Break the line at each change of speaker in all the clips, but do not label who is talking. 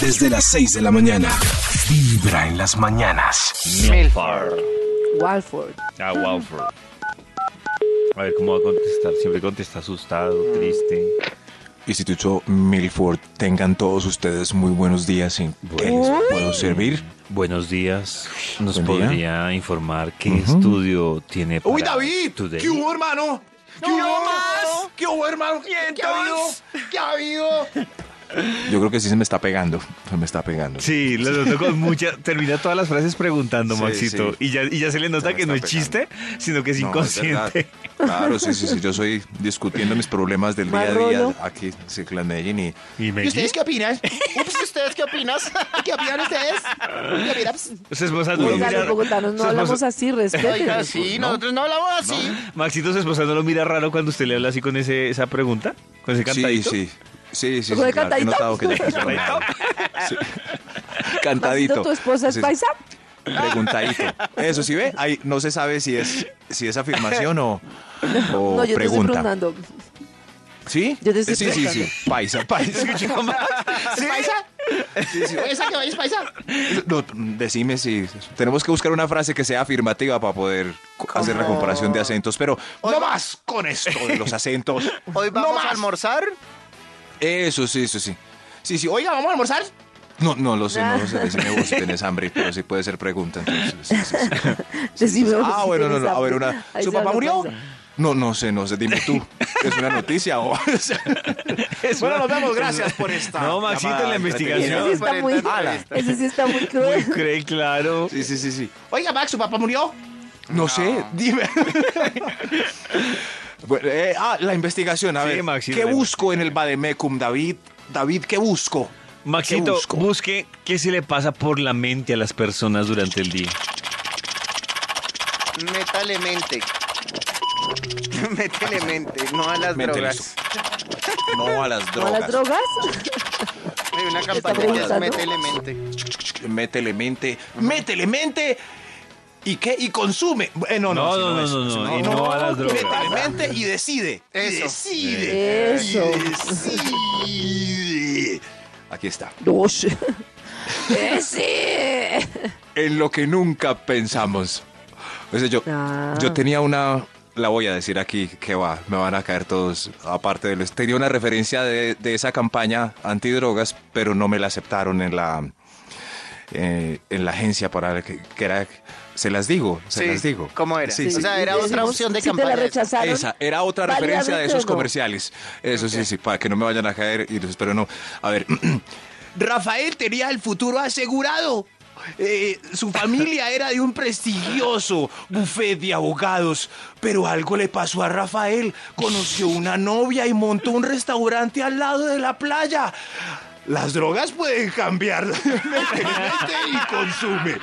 desde las 6 de la mañana. Vibra en las mañanas.
Milford.
Walford.
Ah, Walford. A ver cómo va a contestar. Siempre contesta asustado, triste.
Instituto Milford, tengan todos ustedes muy buenos días. ¿En qué les puedo servir?
Buenos días. ¿Nos
Buen día.
podría informar qué estudio tiene para
¡Uy, David!
Today?
¿Qué hubo, hermano? ¿Qué hubo? ¿Qué hubo, hermano? ¿Qué ha habido? ¿Qué ha habido? Yo creo que sí se me está pegando. Se me está pegando.
Sí, lo noto con mucha. Termina todas las frases preguntando,
Sí,
Maxito.
sí.
Y, ya, y ya se le nota
Se me
que no es
está
chiste, sino que es
No, es verdad.
inconsciente.
Claro, sí, sí, sí. Yo soy discutiendo mis problemas del día a
Manolo.
día aquí en Cicla Medellín y
¿Y me
qué opinan? Ups, ¿ustedes qué opinan? ¿Qué opinan ustedes? ¿Qué opinan? Ups.
Se esposando.
Uy,
Oiga, los bogotanos no hablamos así,
Oiga,
respétenos.
sí, nosotros Pues, no hablamos así.
Maxito, su esposa no lo mira raro cuando usted le habla así con ese, esa pregunta, con ese cantadito.
Sí, sí. Sí, sí, sí,
¿Lo de
claro, He
cantadito?
notado que ya estás bromeando. Sí. Cantadito.
Maxito, ¿Tu esposa es
Sí, sí.
paisa?
Preguntadito. Eso sí ve, ahí no se sabe si es si es afirmación o, o
No, yo te estoy
pregunta.
preguntando.
¿Sí?
Yo te estoy
sí, sí, sí. Paisa, paisa.
¿Es paisa? ¿Esa que vais paisa?
No, decime si tenemos que buscar una frase que sea afirmativa para poder hacer la comparación de acentos, pero no más con esto de los acentos.
Hoy
No
vamos
más.
a almorzar.
Eso sí, eso sí. Sí, sí, oiga,
¿Vamos a almorzar?
No, no lo sé, no lo sé. Decime vos si tenés hambre, pero sí puede ser pregunta. Entonces, sí, sí, sí.
Decime vos
Ah,
si
bueno, no,
tienes
no. A ver,
hambre.
una.
Ahí
¿Su
se
papá
habla
murió?
paisa.
No, no sé, no sé. Dime tú. ¿Es una noticia o.?
Es
Bueno,
una-
nos vemos. Gracias
es una-
por esta
No, Maxito, en la
llamada
Ese sí
investigación.
está muy,
Ala.
ese sí está muy
Muy
cruel.
cruel, claro.
Sí, sí, sí, sí.
Oiga, Max, ¿su papá murió?
No sé, dime. Bueno, eh, ah, la investigación. A
Sí,
ver,
Maxi,
¿qué
la
busco en el Bademecum, David? David, ¿qué busco? ¿Qué
Maxito,
busco?
busque qué se le pasa por la mente a las personas durante el día.
Métale mente. Métele mente, no a las
Mente,
drogas.
listo. No a las
¿No a
drogas.
las drogas?
Hay una campaña que es
preguntando?
métele mente.
Métele mente. Métele mente. ¿Y qué? Y consume. Eh, no, no,
No,
sí,
no,
es,
no, no,
sí,
no, y no a las drogas.
Métele mente y decide.
Eso.
Decide.
Eso.
Decide. Aquí está.
Dos. Eh, sí.
En lo que nunca pensamos. O sea, yo,
Ah.
yo tenía una. La voy a decir aquí que va, me van a caer todos aparte de los. Tenía una referencia de, de esa campaña antidrogas, pero no me la aceptaron en la eh, en la agencia para que, que era. Se las digo, se
Sí,
las digo.
¿cómo era?
Sí,
O
sí.
sea, era
Y
otra
decimos,
opción de
si
campaña.
te la rechazaron.
Esa, era otra
válidamente
referencia de esos
o no.
comerciales. Eso sí, sí, para que no me vayan a caer, y, pero no. A ver. Rafael tenía el futuro asegurado. Eh, su familia era de un prestigioso buffet de abogados, pero algo le pasó a Rafael. Conoció una novia y montó un restaurante al lado de la playa. Las drogas pueden cambiar. Mete y consume.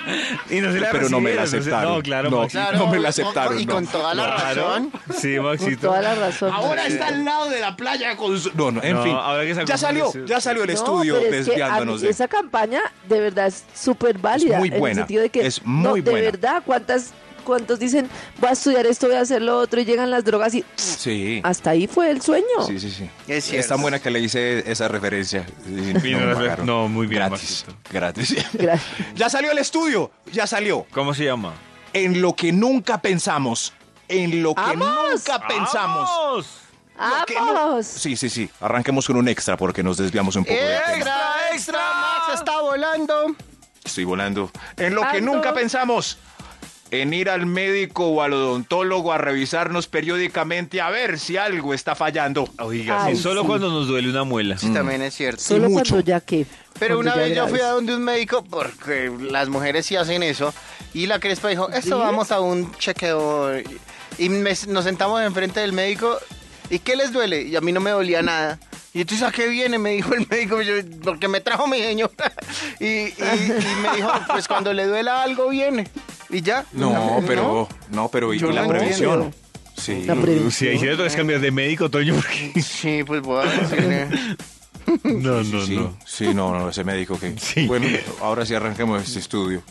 Y no se la
Pero no me la
recibieron, no se-
aceptaron.
no, claro,
No,
Maxito.
Claro,
no me la
o-
aceptaron.
y
no.
con toda la
Claro.
razón.
Sí,
Con
Maxito.
toda la razón.
Ahora está al lado de la playa con su... No, no, en
No,
fin.
ahora que sacó
ya
su
salió,
versión.
ya salió el
No,
estudio
pero es que
desviándonos
a mí
de...
Esa campaña de verdad es súper válida.
Es muy
En el
buena,
sentido de que,
es muy
no, de
buena.
verdad, ¿cuántas, ¿cuántos dicen voy a estudiar esto, voy a hacer lo otro y llegan las drogas y
Sí.
hasta ahí fue el sueño?
Sí, sí, sí.
Es
Es,
cierto.
tan buena que le hice esa referencia. Sí,
Bien,
me
gracias.
pagaron.
No, muy bien,
Gratis,
Maxito.
gratis.
Gracias.
ya salió el estudio, ya salió.
¿Cómo se llama?
En lo que nunca pensamos. En lo que
¡Vamos!
nunca pensamos.
¡Vamos!
Lo que no-
¡Vamos!
Sí, sí, sí. Arranquemos con un extra porque nos desviamos un poco. del tema.
Extra, extra, Max está volando.
Estoy volando. En lo que
Alto.
nunca pensamos. En ir al médico o al odontólogo a revisarnos periódicamente a ver si algo está fallando.
Oiga,
Ay,
sí, solo
sí.
cuando nos duele una muela.
Mm.
Sí, también es cierto.
Solo
mucho.
cuando ya que.
Pero
cuando
una
ya
vez yo
graves.
fui a donde un médico, porque las mujeres sí hacen eso, y la Crespa dijo, esto
¿Sí?
vamos a un chequeo. Y me- nos sentamos enfrente del médico, ¿y qué les duele? Y a mí no me dolía nada. Y entonces, ¿a qué viene? Me dijo el médico, yo, porque me trajo mi señora. Y, y- y me dijo, pues cuando le duela algo viene. Y ya.
No, pero no, pero y
Yo
la
no
previsión.
entiendo.
Sí.
La prevención.
Si ahí Mm. sí le tocas cambiar de médico, Toño, porque...
Sí, pues voy a decirle.
No, no,
Sí,
no.
sí, no, no, ese médico que.
Sí.
Bueno, ahora sí arranquemos este estudio.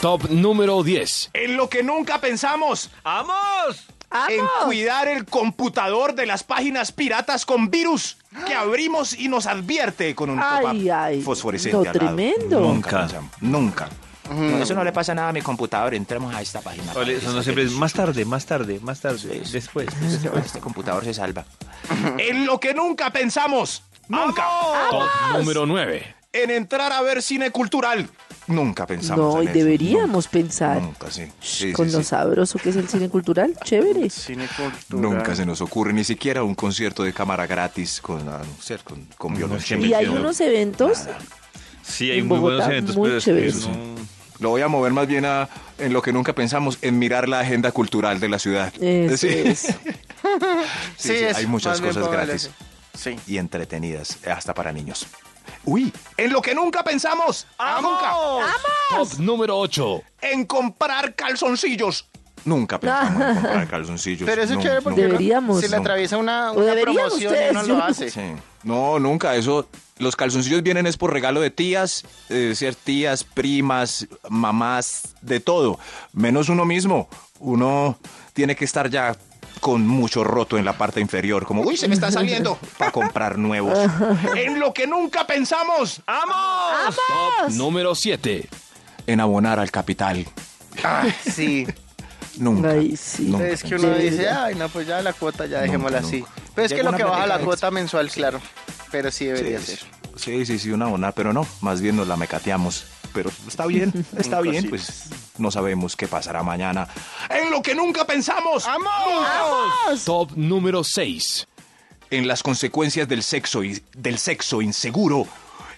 Top número 10.
En lo que nunca pensamos,
¡Vamos!
en
¡Vamos!
cuidar el computador de las páginas piratas con virus que abrimos y nos advierte con un
Ay,
pop-up
ay,
fosforescente.
no,
al lado.
tremendo.
Nunca, nunca. No, eso no le pasa nada a mi computador. Entremos a esta página.
Ole, eso no
Esta
siempre
que-
es más tarde, más tarde, más tarde,
Sí.
después.
Este computador se salva. en lo que nunca pensamos. Nunca.
Top número 9.
En entrar a ver cine cultural. Nunca pensamos.
No, y
en eso.
deberíamos pensar.
Nunca, nunca, sí. Sí, sí,
con
sí.
lo sabroso que es el cine cultural, chévere.
Cine cultural.
Nunca se nos ocurre ni siquiera un concierto de cámara gratis con, ah, no sé, con, con violonchelo.
siempre.
Y hay
entiendo.
unos eventos.
Sí, hay
En
muy buenos
Bogotá,
eventos,
muy
pero es que
chéveres.
no-
Lo voy a mover más bien a en lo que nunca pensamos, en mirar la agenda cultural de la ciudad.
Eso
Sí.
es.
Sí, sí, hay muchas cosas gratis
Sí.
y entretenidas, hasta para niños. Uy, en lo que nunca pensamos, ah,
Top número 8.
nunca, en comprar calzoncillos. Nunca pensamos en comprar calzoncillos.
Pero eso es
nun-
chévere porque
nunca.
Deberíamos.
si le atraviesa una,
O
una
deberían
promoción
ustedes,
uno
yo
lo
no-
hace.
Sí. No, nunca. Eso, los calzoncillos vienen es por regalo de tías, eh, ser tías, primas, mamás, de todo. Menos uno mismo. Uno tiene que estar ya con mucho roto en la parte inferior, como uy se me está saliendo para comprar nuevos. en lo que nunca pensamos, amo.
Top número 7.
En abonar al capital.
Sí.
Nunca.
Ay, sí.
nunca
Es que
pensamos.
uno
Sí,
dice,
ya.
ay, no, pues ya la cuota, ya
Nunca,
dejémosla así.
nunca.
Pero es
Llega
que lo
una
que baja la
platica
cuota mensual, claro. Pero sí debería
Sí,
ser.
Sí, sí, sí, una abonar, pero no, más bien nos la mecateamos. Pero está bien, está bien, pues no sabemos qué pasará mañana. En lo que nunca pensamos.
Top número 6.
En las consecuencias del sexo y del sexo inseguro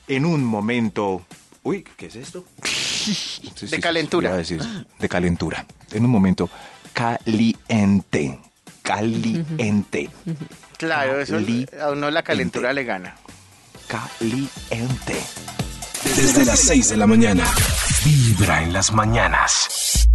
en un momento. Uy, ¿qué es esto? Sí, sí, sí,
calentura.
iba a decir, de calentura. En un momento caliente. Caliente.
Claro, eso
Cali-
a uno la calentura le gana.
Caliente.
Desde las 6 de la mañana. Vibra en las mañanas.